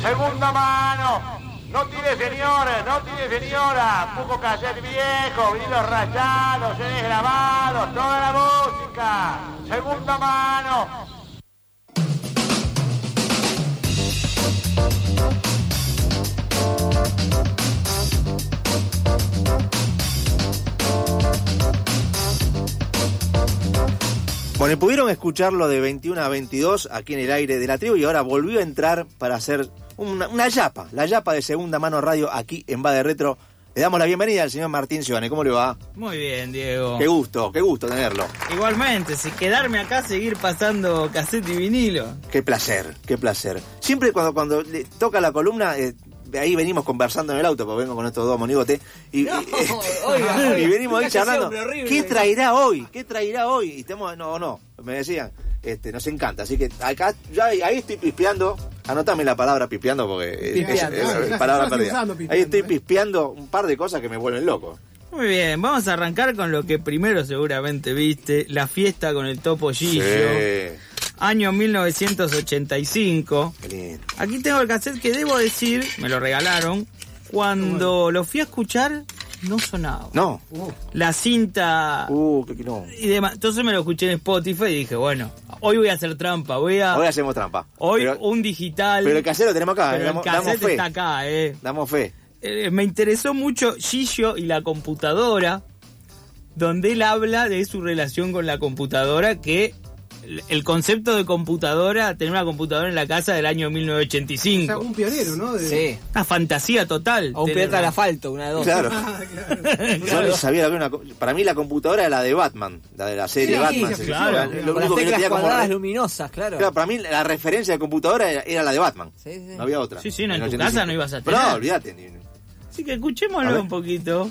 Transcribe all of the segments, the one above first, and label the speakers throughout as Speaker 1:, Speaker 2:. Speaker 1: Segunda mano. No tire señores, no tire señora. Poco cassette viejo, vinilos rayados, seres grabados, toda la música. Segunda mano.
Speaker 2: Bueno, y pudieron escucharlo de 21 a 22 aquí en el aire de la tribu y ahora volvió a entrar para hacer una, una yapa, la yapa de segunda mano radio aquí en Va de Retro. Le damos la bienvenida al señor Martín Giovanni, ¿cómo le va?
Speaker 3: Muy bien, Diego.
Speaker 2: Qué gusto, qué gusto tenerlo.
Speaker 3: Igualmente, si quedarme acá, seguir pasando cassette y vinilo.
Speaker 2: Qué placer, qué placer. Siempre cuando, cuando le toca la columna, eh, ahí venimos conversando en el auto, porque vengo con estos dos monigotes, y,
Speaker 4: No,
Speaker 2: y, este,
Speaker 4: oiga, oiga,
Speaker 2: y venimos ahí
Speaker 4: una que sea
Speaker 2: charlando,
Speaker 4: hombre horrible,
Speaker 2: ¿qué
Speaker 4: oiga.
Speaker 2: traerá hoy? ¿Qué traerá hoy? Y estamos, no, no, me decían, este, nos encanta, así que acá, ya ahí ahí estoy pispeando, anótame la palabra pispeando, porque eh, es-
Speaker 4: Pispeando,
Speaker 2: es- es-
Speaker 4: ah,
Speaker 2: es
Speaker 4: ya se-
Speaker 2: palabra
Speaker 4: ya se
Speaker 2: perdida.
Speaker 4: usando
Speaker 2: Ahí
Speaker 4: pispeando,
Speaker 2: estoy
Speaker 4: eh.
Speaker 2: pispeando un par de cosas que me vuelven loco.
Speaker 3: Muy bien, vamos a arrancar con lo que primero seguramente viste, la fiesta con el Topo Gillo, año 1985.
Speaker 2: Qué lindo.
Speaker 3: Aquí tengo el cassette que debo decir, me lo regalaron, cuando lo fui a escuchar no sonaba.
Speaker 2: No,
Speaker 4: Uh.
Speaker 3: La cinta...
Speaker 2: uh, qué quilombo.
Speaker 3: Y demás. Entonces me lo escuché en Spotify y dije, bueno, hoy voy a hacer trampa, voy
Speaker 4: Ah.
Speaker 3: a...
Speaker 2: Hoy hacemos trampa.
Speaker 3: Hoy
Speaker 2: pero,
Speaker 3: un digital...
Speaker 2: pero el casero tenemos acá, eh,
Speaker 3: Pero
Speaker 2: damos,
Speaker 3: el
Speaker 2: damos
Speaker 3: cassette
Speaker 2: fe.
Speaker 3: está acá, eh.
Speaker 2: Damos fe.
Speaker 3: Eh, Me interesó mucho Gillo y la computadora, donde él habla de su relación con la computadora, que el- el concepto de computadora, tener una computadora en la casa del año
Speaker 4: O sea,
Speaker 3: 1985.
Speaker 4: un pionero, ¿no? De-
Speaker 5: Sí.
Speaker 3: Una fantasía total.
Speaker 5: O un
Speaker 3: tener
Speaker 5: pirata al
Speaker 3: una-
Speaker 5: asfalto, una de dos.
Speaker 2: Claro.
Speaker 4: Ah, claro.
Speaker 2: Yo no sabía lo que era una. co- Para mí la computadora era la de Batman, la de la serie
Speaker 4: Sí,
Speaker 2: Batman.
Speaker 4: sí,
Speaker 2: se
Speaker 3: claro.
Speaker 2: llamaba.
Speaker 5: Con
Speaker 2: Lo
Speaker 5: las
Speaker 2: único que no
Speaker 5: teclas
Speaker 2: tenía como.
Speaker 5: cuadradas luminosas, claro.
Speaker 2: Claro, para mí la referencia de computadora era, era la de Batman.
Speaker 5: Sí, sí.
Speaker 2: No había otra.
Speaker 3: Sí, sí, no, en
Speaker 2: el
Speaker 3: tu
Speaker 2: 85.
Speaker 3: casa no ibas a
Speaker 2: No,
Speaker 3: tener.
Speaker 2: olvídate. ni- ni-
Speaker 3: Así que
Speaker 2: A ver.
Speaker 3: escuchémoslo un poquito.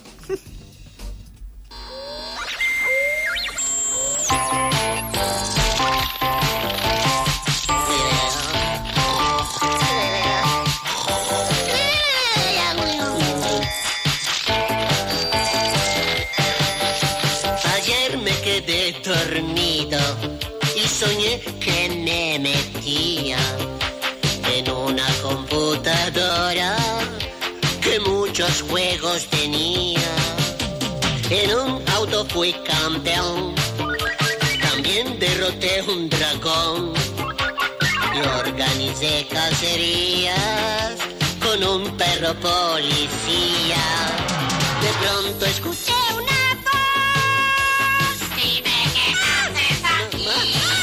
Speaker 6: Ayer me quedé dormido y soñé que me metía en una computadora que muchos juegos tenía. En un auto fui campeón, también derroté un dragón y organicé cacerías con un perro policía. De pronto escuché una
Speaker 7: Dime qué haces aquí.
Speaker 6: ¡Ah!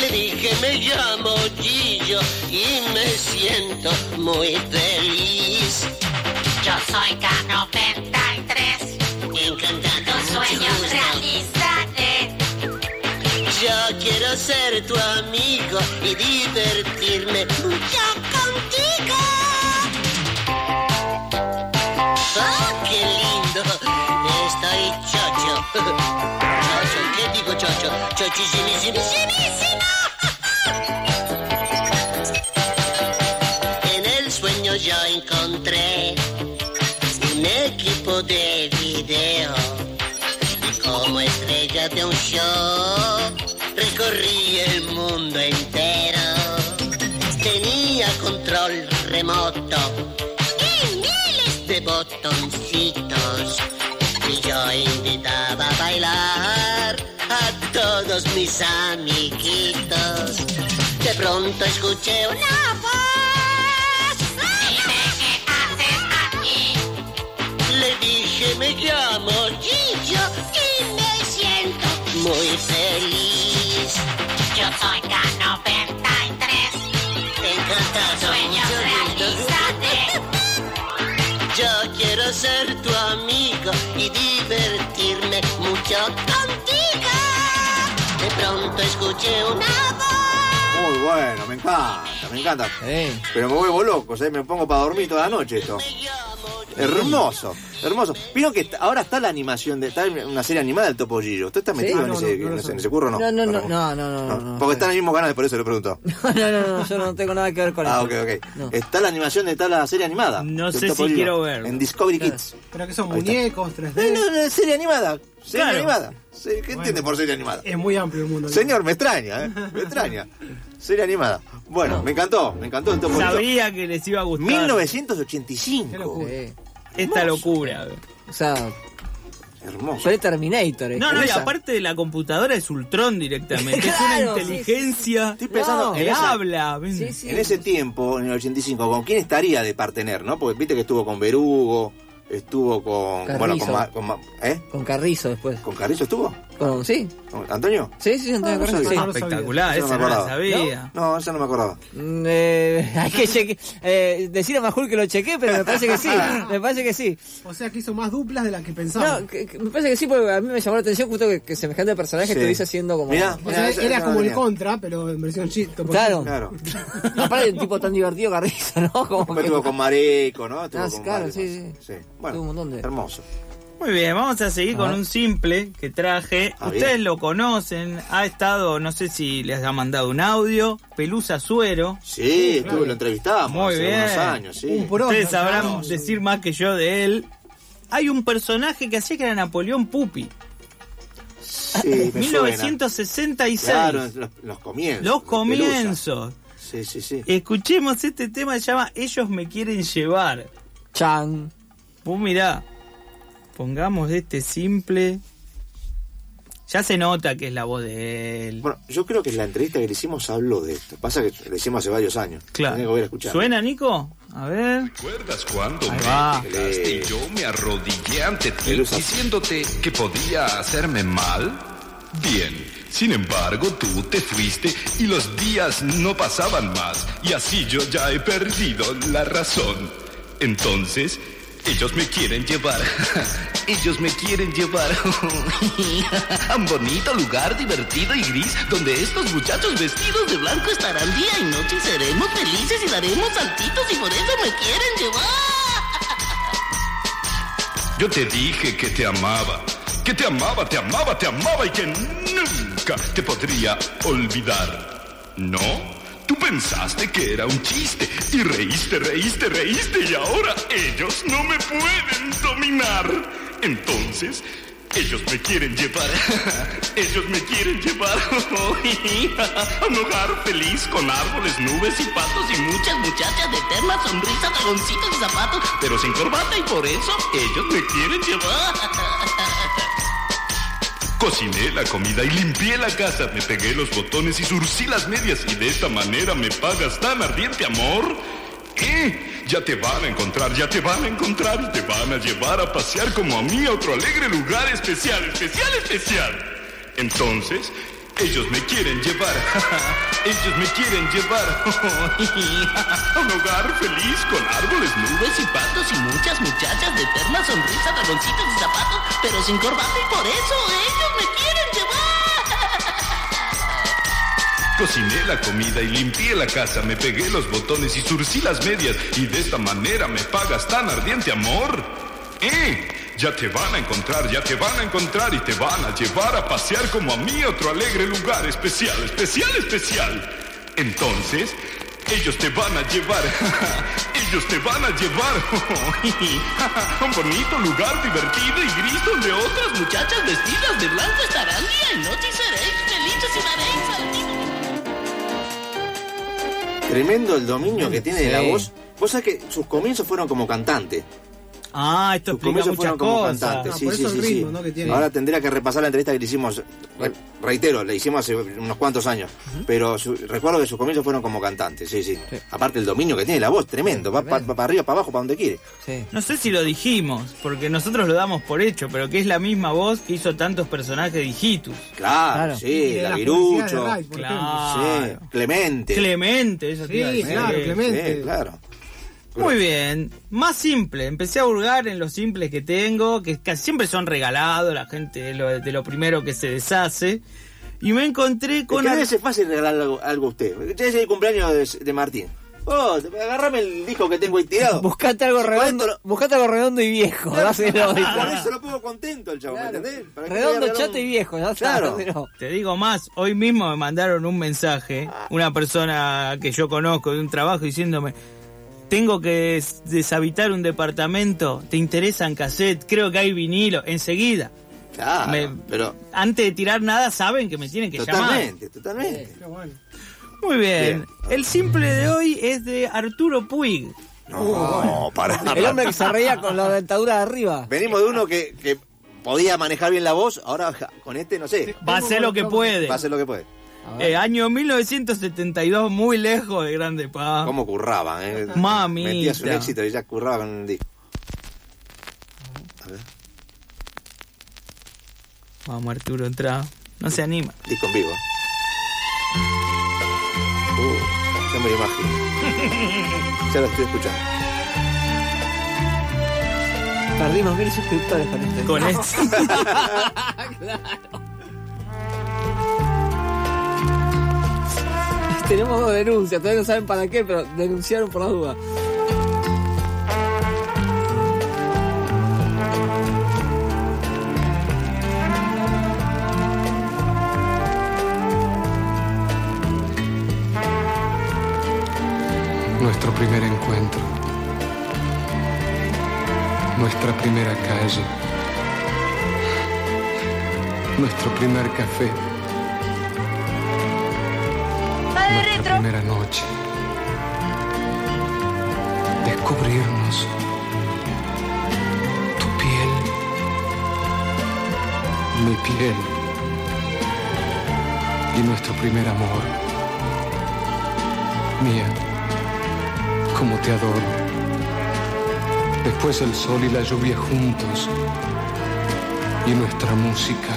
Speaker 6: Le dije, me llamo Gillo y me siento muy feliz.
Speaker 7: Yo soy K93,
Speaker 6: Encantado.
Speaker 7: tus sueños realízate.
Speaker 6: Yo quiero ser tu amigo y divertirme mucho contigo. ¡Ah, qué lindo! Estoy chocho. Chocho, ¿qué digo chocho? Chochísimísimísimísimo. En el sueño yo encontré un equipo de video. Como estrella de un show, recorrí el mundo entero. Tenía control remoto y miles de botoncitos. Y yo invitaba a bailar a todos mis amiguitos. De pronto escuché una voz.
Speaker 7: Dime qué haces aquí.
Speaker 6: Le dije me llamo Gillo y me siento muy feliz.
Speaker 7: Yo soy K93,
Speaker 6: Encantado.
Speaker 7: sueños
Speaker 6: mucho gusto.
Speaker 7: realízate.
Speaker 6: Yo quiero ser tu amigo y divertirme mucho contigo. De pronto escuché una voz.
Speaker 2: Muy bueno, me encanta, me encanta.
Speaker 5: Sí.
Speaker 2: Pero me vuelvo loco, ¿sabes? me pongo para dormir toda la noche esto.
Speaker 6: Me llamo Gillo.
Speaker 2: Hermoso, hermoso. Vieron que está- ahora está la animación, de, está una serie animada del Topollillo. ¿Usted está metido
Speaker 4: Ah,
Speaker 2: en,
Speaker 4: no,
Speaker 2: ese,
Speaker 4: no, no
Speaker 2: en
Speaker 4: lo
Speaker 2: ese-
Speaker 4: sé.
Speaker 2: en ese curro o no?
Speaker 5: No, no, no, no, no, no, no.
Speaker 2: Porque están en el mismo canal, por eso le pregunto.
Speaker 5: No, no, no, no, yo no tengo nada que ver con eso.
Speaker 2: Ah, ok, ok.
Speaker 5: No.
Speaker 2: Está la animación de está la serie animada.
Speaker 3: No
Speaker 2: del
Speaker 3: sé si
Speaker 2: Topollillo,
Speaker 3: quiero verlo.
Speaker 2: En Discovery
Speaker 5: Claro.
Speaker 2: Kids.
Speaker 4: Pero que son
Speaker 2: Ahí está.
Speaker 4: muñecos,
Speaker 2: No,
Speaker 4: 3D.
Speaker 2: no, no, serie animada. Serie
Speaker 3: Claro. Eh,
Speaker 2: animada. Serie- ¿Qué entiende por serie animada?
Speaker 4: Es muy amplio el mundo. ¿no?
Speaker 2: Señor, eh, me extraña, ¿eh? Me extraña. Serie animada. Bueno, me encantó, me encantó. Entonces,
Speaker 3: Sabía que les iba a gustar.
Speaker 2: 1985.
Speaker 5: Sí.
Speaker 3: Esta locura. bro.
Speaker 5: O sea,
Speaker 2: Hermoso.
Speaker 5: fue Terminator. eh.
Speaker 3: No, no, y
Speaker 2: esa-
Speaker 3: aparte de la computadora es Ultron directamente. es
Speaker 5: Claro,
Speaker 3: una
Speaker 5: sí,
Speaker 3: inteligencia
Speaker 2: Estoy pensando
Speaker 5: No,
Speaker 2: en,
Speaker 3: que
Speaker 2: esa-
Speaker 3: habla. ven.
Speaker 5: Sí, sí.
Speaker 2: en ese tiempo, en el 85, ¿con quién estaría de partener, no? Porque viste que estuvo con Berugo, estuvo con... Bueno, con,
Speaker 5: Carrizo.
Speaker 2: Ma- con Ma- ¿Eh?
Speaker 5: Con Carrizo después.
Speaker 2: ¿Con Carrizo estuvo?
Speaker 5: Con- sí.
Speaker 2: ¿Con ¿Antonio?
Speaker 5: Sí, sí, Antonio
Speaker 2: Ah, no
Speaker 3: Ah,
Speaker 5: Carrizo, sí.
Speaker 2: sabía.
Speaker 3: Este Espectacular,
Speaker 2: Yo no
Speaker 3: esa
Speaker 2: me
Speaker 3: no la
Speaker 2: acordaba.
Speaker 3: sabía.
Speaker 2: No, eso no me acordaba.
Speaker 5: Mm, eh, hay que cheque- eh, decir a Majul que lo chequeé, pero me parece que sí. Me parece que sí.
Speaker 4: O sea que hizo más duplas de las que pensaba.
Speaker 5: No, que- que- me parece que sí, porque a mí me llamó la atención justo que, que semejante personaje
Speaker 2: Sí.
Speaker 5: estuviese haciendo como.
Speaker 2: Mirá.
Speaker 4: o
Speaker 2: esa-
Speaker 4: sea,
Speaker 2: esa
Speaker 4: era
Speaker 2: no
Speaker 4: como el
Speaker 2: tenía.
Speaker 4: contra, pero en versión chito.
Speaker 5: Claro.
Speaker 2: Claro.
Speaker 5: Aparte, un tipo tan divertido Carrizo, ¿no? Como
Speaker 2: Después
Speaker 5: que-
Speaker 2: estuvo con Mareco, ¿no? Estuvo
Speaker 5: Ah,
Speaker 2: con
Speaker 5: claro,
Speaker 2: varios
Speaker 5: sí,
Speaker 2: más.
Speaker 5: sí.
Speaker 2: Bueno,
Speaker 5: Tuvo un montón de-
Speaker 2: hermoso.
Speaker 3: Muy bien, vamos a seguir con un simple que traje.
Speaker 2: Ah,
Speaker 3: Ustedes
Speaker 2: bien.
Speaker 3: lo conocen, ha estado, no sé si les ha mandado un audio, Pelusa Suero.
Speaker 2: Sí, estuvo, lo entrevistamos
Speaker 3: Muy
Speaker 2: hace
Speaker 3: bien.
Speaker 2: unos años, sí.
Speaker 4: Un pro.
Speaker 3: Ustedes
Speaker 4: ¿no?
Speaker 3: sabrán
Speaker 4: Claro.
Speaker 3: decir más que yo de él. Hay un personaje que hacía que era Napoleón Pupi.
Speaker 2: Sí, me suena.
Speaker 3: 1966.
Speaker 2: Claro, en los, los comienzos.
Speaker 3: Los
Speaker 2: de Pelusa.
Speaker 3: comienzos.
Speaker 2: Sí, sí, sí.
Speaker 3: Escuchemos este tema, se llama Ellos me quieren llevar.
Speaker 5: Chan.
Speaker 3: Vos mirá, pongamos este simple. Ya se nota que es la voz de él.
Speaker 2: Bueno, yo creo que en la entrevista que le hicimos habló de esto. Pasa que le hicimos hace varios años. Tenía que volver a
Speaker 3: Claro.
Speaker 2: escuchar.
Speaker 3: ¿Suena, Nico? A ver.
Speaker 8: ¿Recuerdas cuando
Speaker 3: Ahí
Speaker 8: me
Speaker 3: va.
Speaker 8: pegaste y yo me arrodillé ante ti
Speaker 2: Pelusa.
Speaker 8: diciéndote que podía hacerme mal? Bien, sin embargo tú te fuiste y los días no pasaban más y así yo ya he perdido la razón. Entonces, ellos me quieren llevar, ellos me quieren llevar a un bonito lugar divertido y gris donde estos muchachos vestidos de blanco estarán
Speaker 6: Día y noche seremos felices y daremos saltitos y por eso me quieren llevar.
Speaker 8: Yo te dije que te amaba, que te amaba, te amaba, te amaba y que nunca te podría olvidar. ¿No? Tú pensaste que era un chiste y reíste, reíste, reíste y ahora ellos no me pueden dominar. Entonces, ellos me quieren llevar, ellos me quieren llevar a un hogar feliz con árboles, nubes y patos y muchas
Speaker 6: Muchas muchachas de eterna sonrisa, taconcitos y zapatos,
Speaker 8: pero sin corbata y por eso ellos me quieren llevar. Cociné la comida y limpié la casa, me pegué los botones y surcí las medias y de esta manera me pagas tan ardiente amor. ¿Eh? Ya te van a encontrar, ya te van a encontrar y te van a llevar a pasear como a mí a otro alegre lugar especial, especial, especial. Entonces, ellos me quieren llevar, ellos me quieren llevar a un hogar feliz con árboles, nubes.
Speaker 6: nubes y patos y muchas muchachas de eterna sonrisa, taconcitos y zapatos, pero sin corbata y por eso ellos me quieren llevar.
Speaker 8: Cociné la comida y limpié la casa, me pegué los botones y surcí las medias y de esta manera me pagas tan ardiente amor. ¿Eh? Ya te van a encontrar, ya te van a encontrar y te van a llevar a pasear como a mí a otro alegre lugar especial, especial, especial. Entonces, ellos te van a llevar, ellos te van a llevar a un bonito lugar divertido y gris donde otras
Speaker 6: Muchachas vestidas de blanco estarán día y noche y seréis felices y daréis saltitos.
Speaker 2: Tremendo el dominio que tiene de la
Speaker 5: Sí.
Speaker 2: voz. Vos sabés que sus comienzos fueron como cantante.
Speaker 3: Ah, esto
Speaker 2: Sus
Speaker 3: explica
Speaker 2: comienzos
Speaker 3: muchas
Speaker 2: fueron como
Speaker 3: cosas.
Speaker 2: cantante.
Speaker 4: Ah,
Speaker 2: sí,
Speaker 4: por
Speaker 2: sí,
Speaker 4: eso
Speaker 2: sí,
Speaker 4: el
Speaker 2: sí.
Speaker 4: ritmo, ¿no? que tiene.
Speaker 2: Ahora tendría que repasar la entrevista que le hicimos. Re- reitero, le hicimos hace unos cuantos años. Pero su- recuerdo que sus comienzos fueron como cantante. Sí, sí. Aparte el dominio que tiene la voz, tremendo. Va para arriba, para abajo, para donde quiere.
Speaker 5: Sí.
Speaker 3: No sé si lo dijimos, porque nosotros lo damos por hecho, pero que es la misma voz que hizo tantos personajes de Hijitus.
Speaker 2: Claro,
Speaker 5: Claro.
Speaker 2: sí.
Speaker 4: De
Speaker 2: La
Speaker 4: las publicidades de
Speaker 2: Virucho.
Speaker 4: Rai, por ejemplo.
Speaker 3: Claro.
Speaker 2: Sí, Clemente.
Speaker 3: Clemente, eso te iba a
Speaker 4: Sí,
Speaker 3: decir.
Speaker 4: claro,
Speaker 3: Eh,
Speaker 4: Clemente.
Speaker 2: Sí, claro.
Speaker 3: Muy bien, más simple. Empecé a hurgar en los simples que tengo, que casi siempre son regalados, la gente de lo, de lo primero que se deshace. Y me encontré
Speaker 2: Es
Speaker 3: con...
Speaker 2: que a
Speaker 3: al-
Speaker 2: veces es fácil regalar algo, algo a usted. Ya es el cumpleaños de, de Martín. Oh, agarrame el disco que tengo ahí tirado.
Speaker 5: Buscate algo
Speaker 2: Sí, por
Speaker 5: redondo.
Speaker 2: esto
Speaker 5: Buscate algo redondo y viejo. dáselo,
Speaker 2: Por
Speaker 5: ¿viste?
Speaker 2: eso lo pongo contento el chavo, ¿me entendés? ¿Para qué le voy a
Speaker 5: Redondo,
Speaker 2: regalar
Speaker 5: chato
Speaker 2: un-
Speaker 5: y viejo. Ya está,
Speaker 2: Claro.
Speaker 5: dáselo.
Speaker 3: Te digo más, hoy mismo me mandaron un mensaje, una persona que yo conozco de un trabajo diciéndome, tengo que des- deshabitar un departamento, te interesan cassette, creo que hay vinilo, enseguida.
Speaker 2: Claro,
Speaker 3: Me-
Speaker 2: pero
Speaker 3: Antes de tirar nada saben que me tienen que llamar.
Speaker 2: totalmente, totalmente.
Speaker 4: Pero bueno.
Speaker 3: Muy bien.
Speaker 2: Bien.
Speaker 3: El simple de hoy es de Arturo Puig.
Speaker 2: No, pará.
Speaker 5: El hombre que se reía con la dentadura de arriba.
Speaker 2: Venimos de uno que, que podía manejar bien la voz, ahora ja, con este no sé.
Speaker 3: Va a hacer lo que puede.
Speaker 2: Va a hacer lo que puede.
Speaker 3: Eh, año 1972, muy lejos de Grande Paz.
Speaker 2: ¿Cómo curraban? Eh?
Speaker 3: Ah. Mamita.
Speaker 2: Metías un éxito y ya curraba con el disco. A ver,
Speaker 3: Vamos, Arturo, entra. No se anima.
Speaker 2: disco en vivo. Uh, ya me lo imagino. ya lo estoy escuchando.
Speaker 5: Perdimos mil suscriptores con este.
Speaker 3: Con este.
Speaker 5: Tenemos dos denuncias, todavía no saben para qué, pero denunciaron por la duda.
Speaker 9: Nuestro primer encuentro. Nuestra primera calle. Nuestro primer café.
Speaker 7: Padre
Speaker 9: Nuestra
Speaker 7: Retro,
Speaker 9: primera noche. Descubrirnos. Tu piel. Mi piel. Y nuestro primer amor. Mía. Cómo te adoro. Después el sol y la lluvia juntos. Y nuestra música.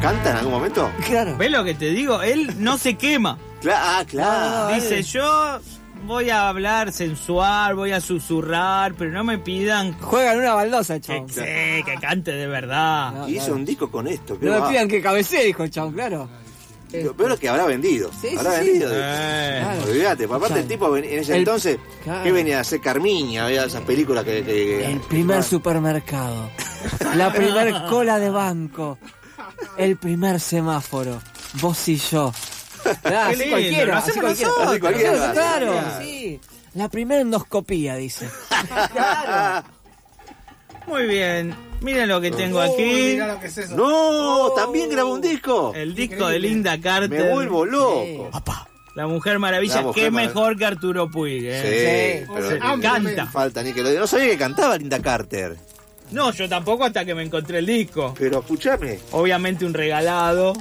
Speaker 2: ¿Canta en algún momento?
Speaker 5: Claro.
Speaker 3: ¿Ves lo que te digo? Él no se quema.
Speaker 2: Cla- ah, claro.
Speaker 3: Dice, yo voy a hablar sensual, voy a susurrar, pero no me pidan
Speaker 5: Juegan una baldosa,
Speaker 3: que,
Speaker 5: chabón.
Speaker 3: sí, que cante de verdad.
Speaker 5: No,
Speaker 2: Y hizo
Speaker 5: Ah, claro.
Speaker 2: un disco con esto. qué
Speaker 5: No me
Speaker 2: va.
Speaker 5: pidan que cabecee, dijo el chabón, claro.
Speaker 2: Lo peor es que habrá vendido.
Speaker 5: Sí,
Speaker 2: habrá
Speaker 5: sí, sí.
Speaker 2: vendido.
Speaker 3: Eh.
Speaker 5: Claro.
Speaker 2: Olvídate, porque aparte el
Speaker 5: Claro.
Speaker 2: tipo ven- en ese
Speaker 5: El-
Speaker 2: entonces,
Speaker 5: Claro.
Speaker 2: ¿qué venía a hacer Carmiña? Había esas películas que. que- que-
Speaker 5: El primer supermercado. La primer cola de banco. El primer semáforo. Vos y yo. Ah,
Speaker 3: Qué
Speaker 5: así
Speaker 3: lindo,
Speaker 5: cualquiera.
Speaker 3: lo
Speaker 5: así
Speaker 3: hacemos
Speaker 5: cualquiera.
Speaker 3: nosotros.
Speaker 2: Así cualquiera,
Speaker 5: Claro,
Speaker 2: así
Speaker 5: sí. La primera endoscopía, dice. Claro.
Speaker 3: Muy bien. Miren lo que tengo
Speaker 2: Oh,
Speaker 4: Uy,
Speaker 3: aquí.
Speaker 4: mirá lo que es eso.
Speaker 2: ¡No!
Speaker 5: Oh.
Speaker 2: ¡También grabó un disco!
Speaker 3: El disco de Linda
Speaker 2: Me
Speaker 3: Carter.
Speaker 2: vuelvo loco.
Speaker 3: La Mujer Maravilla.
Speaker 2: La Mujer
Speaker 3: Qué
Speaker 2: Maravilla.
Speaker 3: mejor que Arturo Puig.
Speaker 2: Sí,
Speaker 3: eh.
Speaker 2: pero
Speaker 3: Se
Speaker 4: Ah,
Speaker 3: canta.
Speaker 2: no falta ni que lo diga. No sabía que cantaba Linda Carter.
Speaker 3: No, yo tampoco hasta que me encontré el disco.
Speaker 2: Pero escúchame,
Speaker 3: Obviamente un regalado.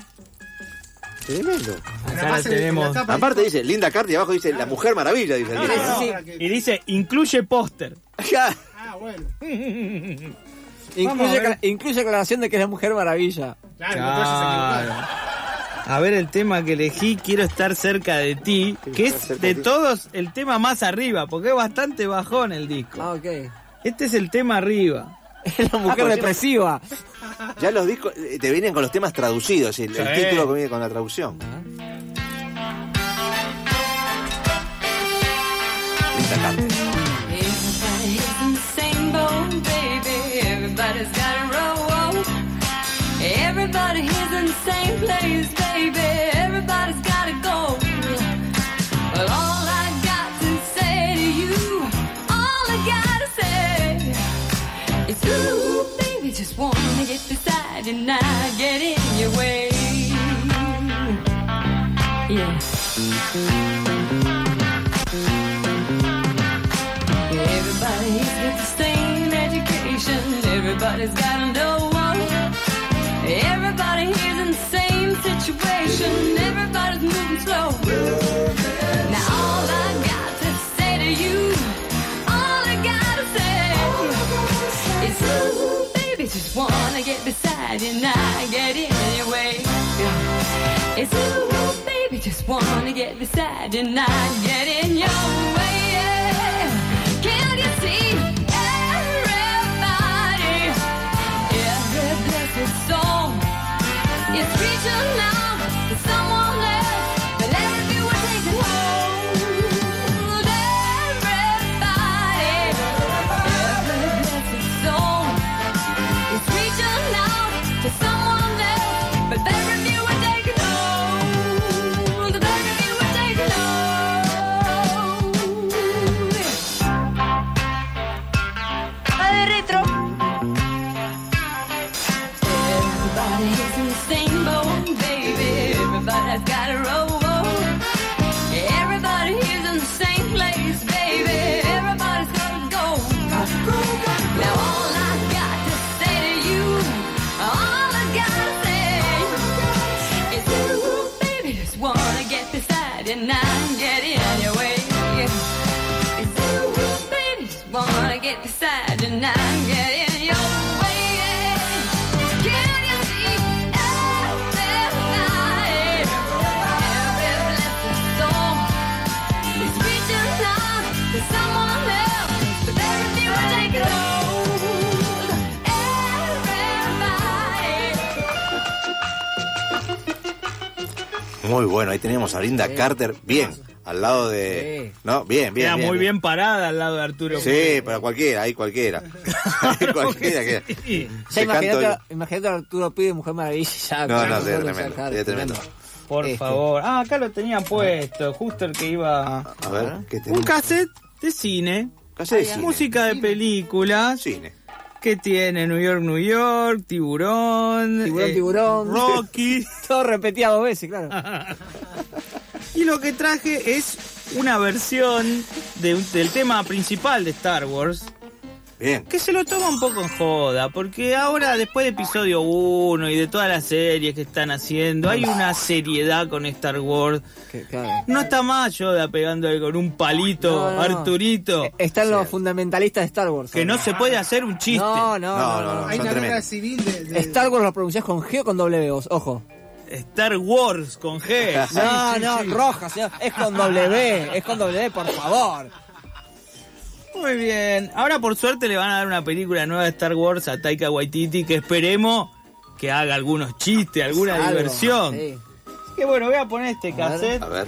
Speaker 2: tremendo.
Speaker 3: Acá la
Speaker 4: Además, en- en
Speaker 3: tenemos.
Speaker 4: la tapa
Speaker 2: Aparte dice Linda Carter y abajo dice La Mujer Maravilla. Dice el
Speaker 3: No,
Speaker 2: disco.
Speaker 3: no, no.
Speaker 5: Sí.
Speaker 3: Y dice, incluye póster.
Speaker 2: Ya.
Speaker 4: Ah, bueno.
Speaker 5: Incluye, acla- incluye aclaración de que es la mujer maravilla.
Speaker 4: Claro, Ah, no te vayas a equivocar.
Speaker 3: A ver el tema que elegí, quiero estar cerca de ti, que es
Speaker 2: cerca
Speaker 3: de
Speaker 2: de ti.
Speaker 3: todos el tema más arriba, porque es bastante bajón el disco.
Speaker 5: Ah, ok. Ah, Es
Speaker 3: Este es el tema arriba. Ah,
Speaker 5: la mujer
Speaker 2: por
Speaker 5: represiva.
Speaker 2: Ya los discos eh, te vienen con los temas traducidos, el, el
Speaker 3: Sí.
Speaker 2: título que viene con la traducción. Linda Carter.
Speaker 10: Everybody's in the same boat, baby. Everybody's got a row. Everybody is in the same place, baby. Everybody's got to go. Well, all I got to say to you, all I gotta say. It's ooh, baby, just wanna get beside you now, get in your way. Yeah. Everybody's got the same education, everybody's got to know. Everybody is in the same situation, everybody's moving slow. Now all I got to say to you, all I gotta say is, ooh, baby, just wanna get beside you now, get in your way. It's ooh, baby, just wanna get beside you now, get in your way. Yeah. Can you see everybody? Every blessed soul is reaching out for someone else, but every view will take it hold. Everybody, every blessed soul is reaching out for someone else, but every view will take it hold. Every view will take it hold. when I get in your way. Can you see every night? Every blessed soul is reaching out to someone else, but everything will take it all. Everybody.
Speaker 2: Muy bueno, ahí teníamos a Linda Carter, bien, al lado de... ¿No? Bien, bien.
Speaker 3: Era Ah, muy bien, parada al lado de Arturo.
Speaker 2: Sí, para cualquiera, ahí cualquiera. Ahí cualquiera que...
Speaker 5: Ya
Speaker 2: Se
Speaker 5: imagínate,
Speaker 2: canto-
Speaker 5: imagínate a Arturo Pide, Mujer Maravilla. Ya,
Speaker 2: No, no,
Speaker 5: claro,
Speaker 2: sería
Speaker 5: lo
Speaker 2: tremendo,
Speaker 5: sacar.
Speaker 2: sería tremendo.
Speaker 3: Por
Speaker 5: Este.
Speaker 3: favor. Ah, acá lo tenían puesto, justo el que iba.
Speaker 2: A ver, ¿qué
Speaker 3: Un
Speaker 2: tenemos?
Speaker 3: cassette de cine.
Speaker 2: Ah, Cassette de cine.
Speaker 3: Música de películas.
Speaker 2: Cine.
Speaker 3: que tiene? New York, New York, Tiburón.
Speaker 5: Tiburón,
Speaker 3: eh,
Speaker 5: tiburón.
Speaker 3: Rocky.
Speaker 5: Todo repetía dos veces, claro.
Speaker 3: Y lo que traje es una versión de un- del tema principal de Star Wars.
Speaker 2: Bien.
Speaker 3: Que se lo toma un poco en joda, porque ahora después de episodio 1 y de todas las series que están haciendo, hay una seriedad con Star Wars.
Speaker 5: Que- claro.
Speaker 3: No está más Yoda pegándole con un palito,
Speaker 5: No, no, no.
Speaker 3: Arturito,
Speaker 5: Eh, Están los fundamentalistas de Star Wars.
Speaker 3: que no
Speaker 5: ahora.
Speaker 3: se puede hacer un chiste.
Speaker 5: No, no,
Speaker 2: No,
Speaker 5: no.
Speaker 2: no, no,
Speaker 4: Hay
Speaker 2: son
Speaker 4: una guerra
Speaker 2: tremendos.
Speaker 4: civil de. de-
Speaker 5: Star Wars lo pronunciás con G o con W, vos, ojo.
Speaker 3: Star Wars con G.
Speaker 5: No, no, roja, señor. Es con W, es con W, por favor.
Speaker 3: Muy bien. Ahora por suerte le van a dar una película nueva de Star Wars a Taika Waititi que esperemos que haga algunos chistes, alguna
Speaker 5: Algo,
Speaker 3: diversión.
Speaker 5: sí.
Speaker 3: Así Que bueno, voy a poner este
Speaker 5: A ver.
Speaker 3: cassette.
Speaker 2: A ver.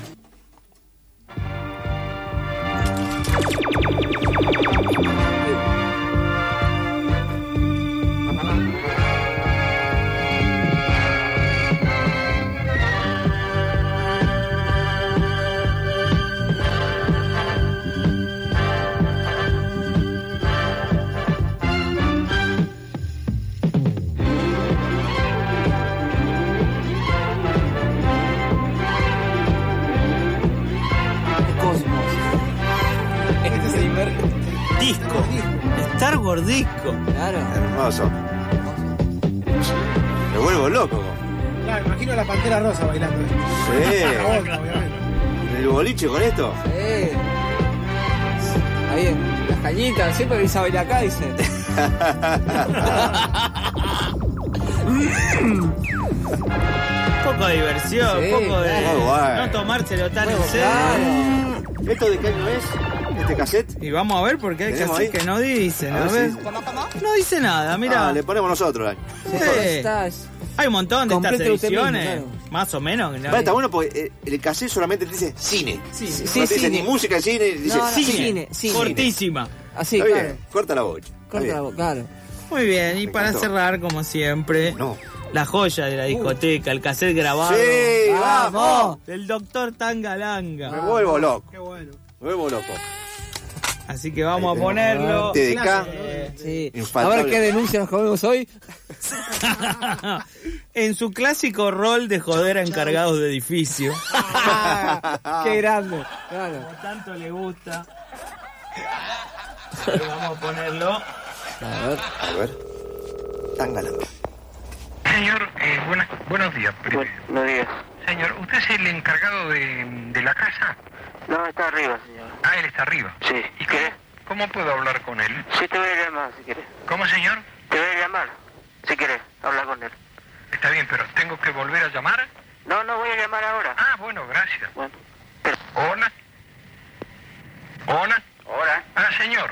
Speaker 5: Cosmos.
Speaker 4: Este se divierte.
Speaker 3: Disco. Star Wars disco.
Speaker 5: Claro.
Speaker 2: Hermoso. Me vuelvo loco.
Speaker 4: Claro, imagino a la pantera rosa bailando esto. La
Speaker 2: Sí.
Speaker 4: onda, obviamente.
Speaker 2: El boliche con esto.
Speaker 5: Eh. Ahí en las cañitas, siempre que a bailar acá, dice.
Speaker 3: Un poco de diversión,
Speaker 5: Sí,
Speaker 3: un poco de
Speaker 2: muy bueno.
Speaker 3: no tomárselo tan en
Speaker 5: Bueno,
Speaker 3: serio.
Speaker 5: claro.
Speaker 2: ¿Esto de qué año es? ¿Este cassette?
Speaker 3: Y vamos a ver porque hay
Speaker 2: Tenemos
Speaker 3: cassette
Speaker 2: ahí.
Speaker 3: que no dicen.
Speaker 2: A
Speaker 3: A
Speaker 2: ver
Speaker 3: ver.
Speaker 2: si-
Speaker 3: No dice nada, mira.
Speaker 2: Ah, le ponemos nosotros. Dani.
Speaker 5: Estás-
Speaker 3: Hay un montón de estas
Speaker 5: Complete usted
Speaker 3: ediciones.
Speaker 5: mismo, claro.
Speaker 3: Más o menos. ¿no?
Speaker 2: Vale, está bueno porque eh, el cassette solamente te dice cine.
Speaker 5: Sí,
Speaker 2: no
Speaker 5: sí,
Speaker 2: te dice ni
Speaker 5: cine.
Speaker 2: música, cine, dice
Speaker 5: No, no,
Speaker 2: cine.
Speaker 5: cine, cine.
Speaker 3: Cortísima.
Speaker 5: Así,
Speaker 2: Está
Speaker 5: claro.
Speaker 2: bien, corta la bocha. Está
Speaker 5: Corta
Speaker 2: bien.
Speaker 5: la boca, claro.
Speaker 3: Muy bien, y
Speaker 2: Me
Speaker 3: para
Speaker 2: encantó.
Speaker 3: cerrar, como siempre,
Speaker 2: No.
Speaker 3: la joya de la discoteca, el cassette grabado
Speaker 2: Sí, vamos.
Speaker 5: ¡Vamos!
Speaker 3: del doctor Tangalanga.
Speaker 2: Me
Speaker 5: Ah,
Speaker 2: vuelvo loco,
Speaker 4: Qué bueno.
Speaker 2: me vuelvo loco.
Speaker 3: Así que vamos
Speaker 2: Ahí
Speaker 3: a
Speaker 2: tenemos.
Speaker 3: ponerlo.
Speaker 2: TDK,
Speaker 3: eh,
Speaker 5: Sí. A
Speaker 2: Infaltable.
Speaker 5: ver qué denuncia nos comemos hoy.
Speaker 3: en su clásico rol de joder a encargados de edificio.
Speaker 5: qué grande. Claro.
Speaker 3: Tanto le gusta. Pero Vamos a ponerlo.
Speaker 5: A ver.
Speaker 2: a ver. Tangalanga.
Speaker 11: Señor, eh, buenas- buenos días. Buenos días. Señor, ¿usted es el encargado de, de la casa?
Speaker 6: No, está arriba, señor.
Speaker 11: Ah, él está arriba.
Speaker 6: Sí.
Speaker 11: ¿Y qué? ¿Cómo puedo hablar con él?
Speaker 6: Sí, te voy a llamar si quieres.
Speaker 11: ¿Cómo, señor?
Speaker 6: Te voy a llamar si quieres hablar con él.
Speaker 11: Está bien, pero ¿tengo que volver a llamar?
Speaker 6: No, no voy a llamar ahora.
Speaker 11: Ah, bueno, gracias.
Speaker 6: Bueno.
Speaker 11: Hola. Hola.
Speaker 6: Hola.
Speaker 11: Ah, señor,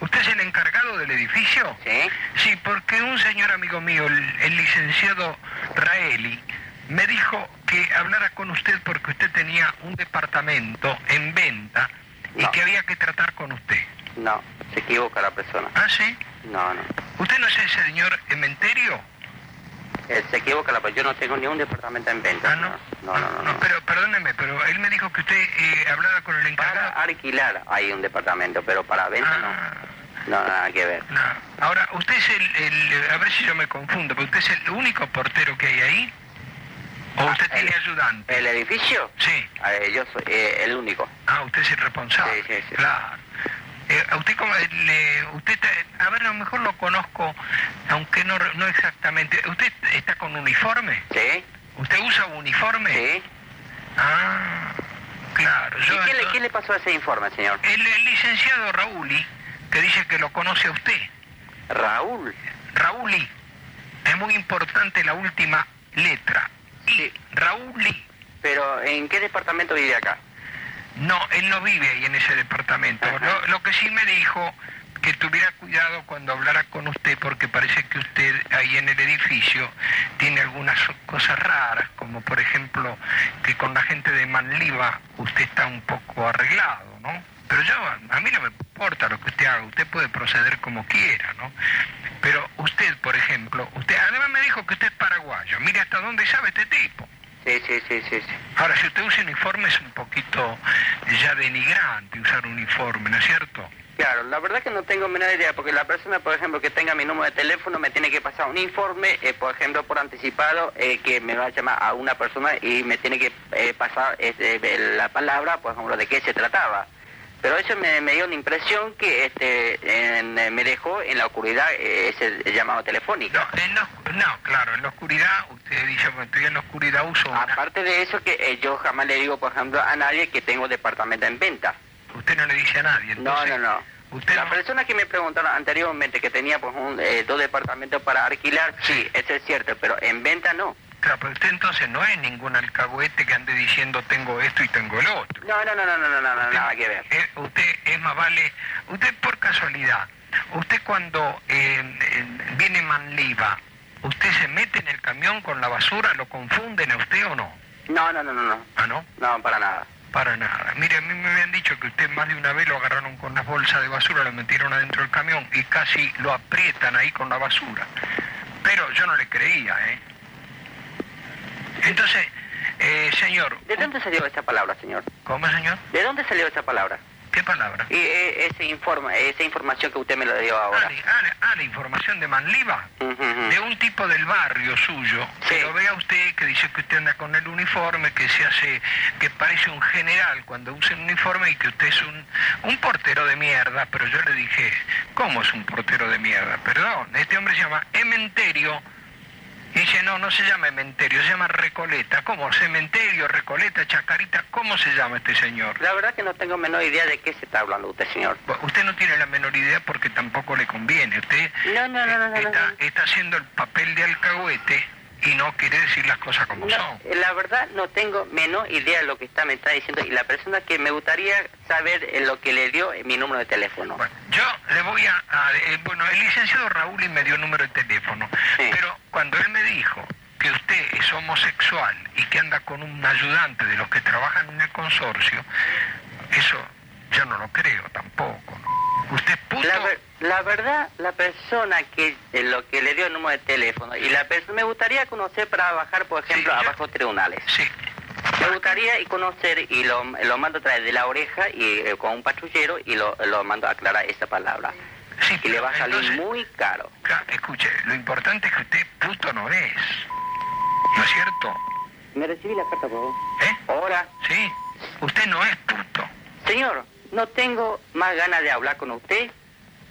Speaker 11: ¿usted es el encargado del edificio?
Speaker 6: Sí.
Speaker 11: Sí, porque un señor amigo mío, el, el licenciado Raeli, me dijo que hablara con usted porque usted tenía un departamento en venta y
Speaker 6: No.
Speaker 11: que había que tratar con usted.
Speaker 6: No, se equivoca la persona.
Speaker 11: ¿Ah, sí?
Speaker 6: No, no.
Speaker 11: ¿Usted no es el señor Ementerio?
Speaker 6: Eh, se equivoca la persona. Yo no tengo ni un departamento en venta.
Speaker 11: Ah, no.
Speaker 6: No, no, no. no.
Speaker 11: Pero perdóneme, pero él me dijo que usted eh, hablara con el
Speaker 6: Para
Speaker 11: encargado.
Speaker 6: alquilar hay un departamento, pero para venta no.
Speaker 11: Ah,
Speaker 6: No, nada que ver.
Speaker 11: no. Ahora, usted es el, el, eh, A ver si yo me confundo, pero usted es el único portero que hay ahí. ¿O
Speaker 6: Ah,
Speaker 11: usted tiene
Speaker 6: el-
Speaker 11: ayudante?
Speaker 6: ¿El edificio?
Speaker 11: Sí.
Speaker 6: Eh, yo soy eh, el único.
Speaker 11: Ah, usted es el responsable.
Speaker 6: Sí, sí, sí.
Speaker 11: Claro. Eh, a usted, como, eh, le- usted ta- a ver, a lo mejor lo conozco, aunque no, re- no exactamente. ¿Usted está con uniforme?
Speaker 6: ¿Sí?
Speaker 11: ¿Usted usa uniforme?
Speaker 6: ¿Sí?
Speaker 11: Ah, claro.
Speaker 6: ¿Y
Speaker 11: Yo,
Speaker 6: qué le,
Speaker 11: entonces-
Speaker 6: qué le pasó a ese informe, señor?
Speaker 11: el, el licenciado Raúli, que dice que lo conoce a usted. Raúl. Raúli. Es muy importante la última letra. Sí. Raúli.
Speaker 12: Pero ¿en qué departamento vive acá?
Speaker 11: No, él no vive ahí en ese departamento. Lo, lo que sí me dijo que tuviera cuidado cuando hablara con usted porque parece que usted ahí en el edificio tiene algunas cosas raras, como por ejemplo que con la gente de Manliva usted está un poco arreglado, ¿no? Pero yo, a mí no me importa lo que usted haga, usted puede proceder como quiera, ¿no? Pero usted, por ejemplo, usted además me dijo que usted es paraguayo, mire hasta dónde sabe este tipo.
Speaker 12: Sí, sí, sí, sí. sí.
Speaker 11: Ahora, si usted usa uniforme es un poquito ya denigrante usar uniforme, ¿no es cierto?
Speaker 12: Claro, la verdad que no tengo menor idea, porque la persona, por ejemplo, que tenga mi número de teléfono me tiene que pasar un informe, eh, por ejemplo, por anticipado, eh, que me va a llamar a una persona y me tiene que eh, pasar este, la palabra, por ejemplo, de qué se trataba. Pero eso me, me dio la impresión que este, en- me dejó en la oscuridad eh, ese llamado telefónico.
Speaker 11: En la oscu- no, claro, en la oscuridad, usted dice, bueno, estoy en la oscuridad, uso una...
Speaker 12: Aparte de eso, que eh, yo jamás le digo, por ejemplo, a nadie que tengo departamento en venta.
Speaker 11: Usted no le dice a nadie,
Speaker 12: No,
Speaker 11: entonces...
Speaker 12: no, no.
Speaker 11: Usted
Speaker 12: Las personas que me preguntaron anteriormente que tenía pues, un, eh, dos departamentos para alquilar, sí, eso es cierto, pero en venta no.
Speaker 11: Claro, pero usted entonces no es ningún alcahuete que ande diciendo tengo esto y tengo el otro.
Speaker 12: No, no, no, no, no, no, no, no, nada que ver.
Speaker 11: Eh, usted es más vale, usted por casualidad, usted cuando eh, eh, viene Manliva, ¿usted se mete en el camión con la basura? ¿Lo confunden a usted o no?
Speaker 12: No, no, no, no, no.
Speaker 11: ¿Ah, no?
Speaker 12: No, para nada.
Speaker 11: Para nada. Mire, a mí me habían dicho que usted más de una vez lo agarraron con las bolsas de basura, lo metieron adentro del camión y casi lo aprietan ahí con la basura. Pero yo no le creía, ¿eh? Entonces, eh, señor,
Speaker 12: ¿De dónde salió esta palabra, señor?
Speaker 11: ¿cómo señor?
Speaker 12: ¿De dónde salió esta palabra?
Speaker 11: ¿Qué palabra?
Speaker 12: Y eh, ese informa, esa información que usted me lo dio ahora.
Speaker 11: Ah, la información de Manliva,
Speaker 12: Ujú, ujú.
Speaker 11: de un tipo del barrio suyo, que lo vea usted, que dice que usted anda con el uniforme, que se hace, que parece un general cuando usa un uniforme y que usted es un, un portero de mierda, pero yo le dije, ¿cómo es un portero de mierda? Perdón, este hombre se llama Ementerio. Y dice, no, no se llama Ementerio, se llama Recoleta. ¿Cómo? Cementerio, Recoleta, Chacarita, ¿cómo se llama este señor?
Speaker 12: La verdad que no tengo menor idea de qué se está hablando usted, señor.
Speaker 11: Bueno, Pues, Usted no tiene la menor idea porque tampoco le conviene. Usted
Speaker 12: No, no, no, no, no, no.
Speaker 11: está, está haciendo el papel de alcahuete y no quiere decir las cosas como
Speaker 12: No,
Speaker 11: son.
Speaker 12: eh, la verdad no tengo menor idea de lo que está me está diciendo y la persona que me gustaría saber eh, lo que le dio eh, mi número de teléfono.
Speaker 11: Yo le voy a... a- eh, bueno, el licenciado Raúl y me dio el número de teléfono, pero cuando él me dijo que usted es homosexual y que anda con un ayudante de los que trabajan en el consorcio, eso yo no lo creo tampoco. ¿no? Usted es puto...
Speaker 12: La, ver- la verdad, la persona que eh, lo que le dio el número de teléfono y la persona me gustaría conocer para bajar, por ejemplo, a bajos tribunales.
Speaker 11: Sí.
Speaker 12: Me gustaría y conocer y lo, lo mando a través de la oreja y eh, con un patrullero y lo, lo mando a aclarar esa palabra. y le va a salir muy caro.
Speaker 11: Ca- Escuche, lo importante es que usted puto no es. ¿No es cierto?
Speaker 12: ¿Me recibí la carta, por favor?
Speaker 11: ¿Eh?
Speaker 12: Ahora.
Speaker 11: Sí. Usted no es puto.
Speaker 12: Señor, no tengo más ganas de hablar con usted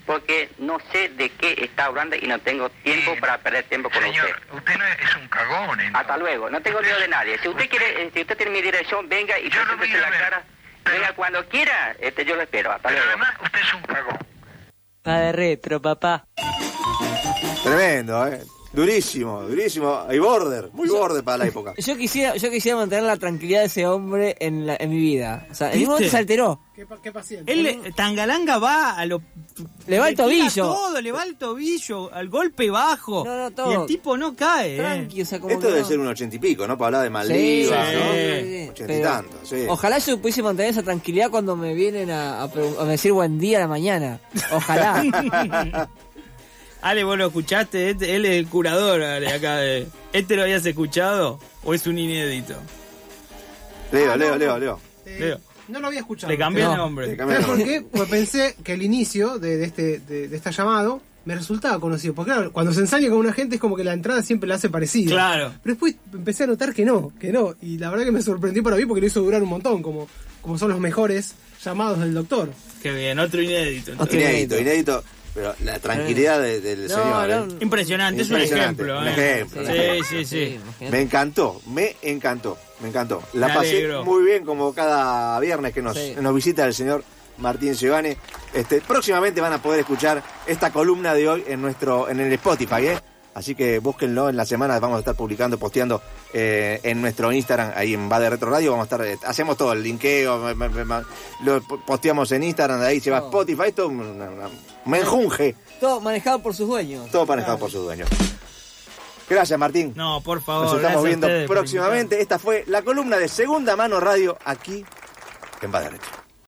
Speaker 12: porque no sé de qué está hablando y no tengo tiempo para perder tiempo con
Speaker 11: Señor,
Speaker 12: usted.
Speaker 11: usted no es, es un cagón. entonces.
Speaker 12: Hasta luego. No tengo miedo de nadie. Si usted quiere, eh, si usted tiene mi dirección, venga y preséntese la cara. Venga cuando quiera. Este, yo lo espero. Hasta luego.
Speaker 11: usted es un cagón.
Speaker 5: Está de retro, papá.
Speaker 2: Tremendo, ¿eh? Durísimo, durísimo. Y border, muy border para la época.
Speaker 5: Yo quisiera, yo quisiera mantener la tranquilidad de ese hombre en, la- en mi vida. O sea, en
Speaker 3: ¿Viste?
Speaker 5: ningún momento se alteró.
Speaker 4: Qué, pa- qué paciente.
Speaker 3: Él, eh, Tangalanga va a lo...
Speaker 5: Le va el
Speaker 3: tira
Speaker 5: tobillo.
Speaker 3: todo, le va el tobillo, al golpe bajo.
Speaker 5: No, no, todo.
Speaker 3: Y el tipo no cae. eh.
Speaker 5: Tranqui, o sea, como
Speaker 2: Esto
Speaker 5: que
Speaker 2: debe
Speaker 5: no.
Speaker 2: ser un ochenta y pico, ¿no? Para hablar de Maldivas,
Speaker 5: Sí,
Speaker 2: ¿no?
Speaker 5: sí,
Speaker 2: Ochenta y
Speaker 5: pero-
Speaker 2: tantos, sí.
Speaker 5: Ojalá yo pudiese mantener esa tranquilidad cuando me vienen a, a pregun- a decir buen día a la mañana. Ojalá.
Speaker 3: Ale, vos lo escuchaste, Este- él es el curador, Ale, acá de... ¿Este lo habías escuchado o es un inédito?
Speaker 2: Leo, Leo, Leo, Leo.
Speaker 3: Leo.
Speaker 4: Eh, No lo había escuchado.
Speaker 3: Le cambié el
Speaker 4: No.
Speaker 3: nombre.
Speaker 4: ¿Sabes por qué? Pues pensé que el inicio de, de este, de, de esta llamado me resultaba conocido. Porque claro, cuando se ensaña con una gente es como que la entrada siempre la hace parecida.
Speaker 3: Claro.
Speaker 4: Pero después empecé a notar que no, que no. Y la verdad que me sorprendió para mí porque lo hizo durar un montón, como, como son los mejores llamados del doctor.
Speaker 3: Qué bien, otro inédito. entonces.
Speaker 2: Inédito, inédito. Pero la tranquilidad de- del
Speaker 3: No,
Speaker 2: señor.
Speaker 3: no,
Speaker 2: ¿eh?
Speaker 3: Impresionante, es un
Speaker 2: Impresionante,
Speaker 3: ejemplo,
Speaker 2: Un
Speaker 3: ¿eh?
Speaker 2: ejemplo.
Speaker 3: Sí,
Speaker 2: un ejemplo.
Speaker 3: sí, sí.
Speaker 2: Me encantó, me encantó, me encantó. La
Speaker 3: Me
Speaker 2: pasé
Speaker 3: alegro.
Speaker 2: muy bien como cada viernes que nos,
Speaker 3: Sí.
Speaker 2: nos visita el señor Martín Giovanni. Este, próximamente van a poder escuchar esta columna de hoy en nuestro en el Spotify, ¿eh? Así que búsquenlo en la semana, vamos a estar publicando, posteando eh, en nuestro Instagram, ahí en Va de Retro Radio, vamos a estar, eh, hacemos todo, el linkeo, ma- ma- ma- lo po- posteamos en Instagram, de ahí se va
Speaker 3: Oh.
Speaker 2: Spotify, esto un una- una- un menjunje,
Speaker 5: Todo manejado por sus dueños.
Speaker 2: todo manejado por sus dueños. Gracias Martín.
Speaker 3: No, por favor.
Speaker 2: Nos estamos
Speaker 3: gracias a
Speaker 2: viendo
Speaker 3: ustedes por
Speaker 2: próximamente. Esta fue la columna de Segunda Mano Radio aquí en Va de Retro.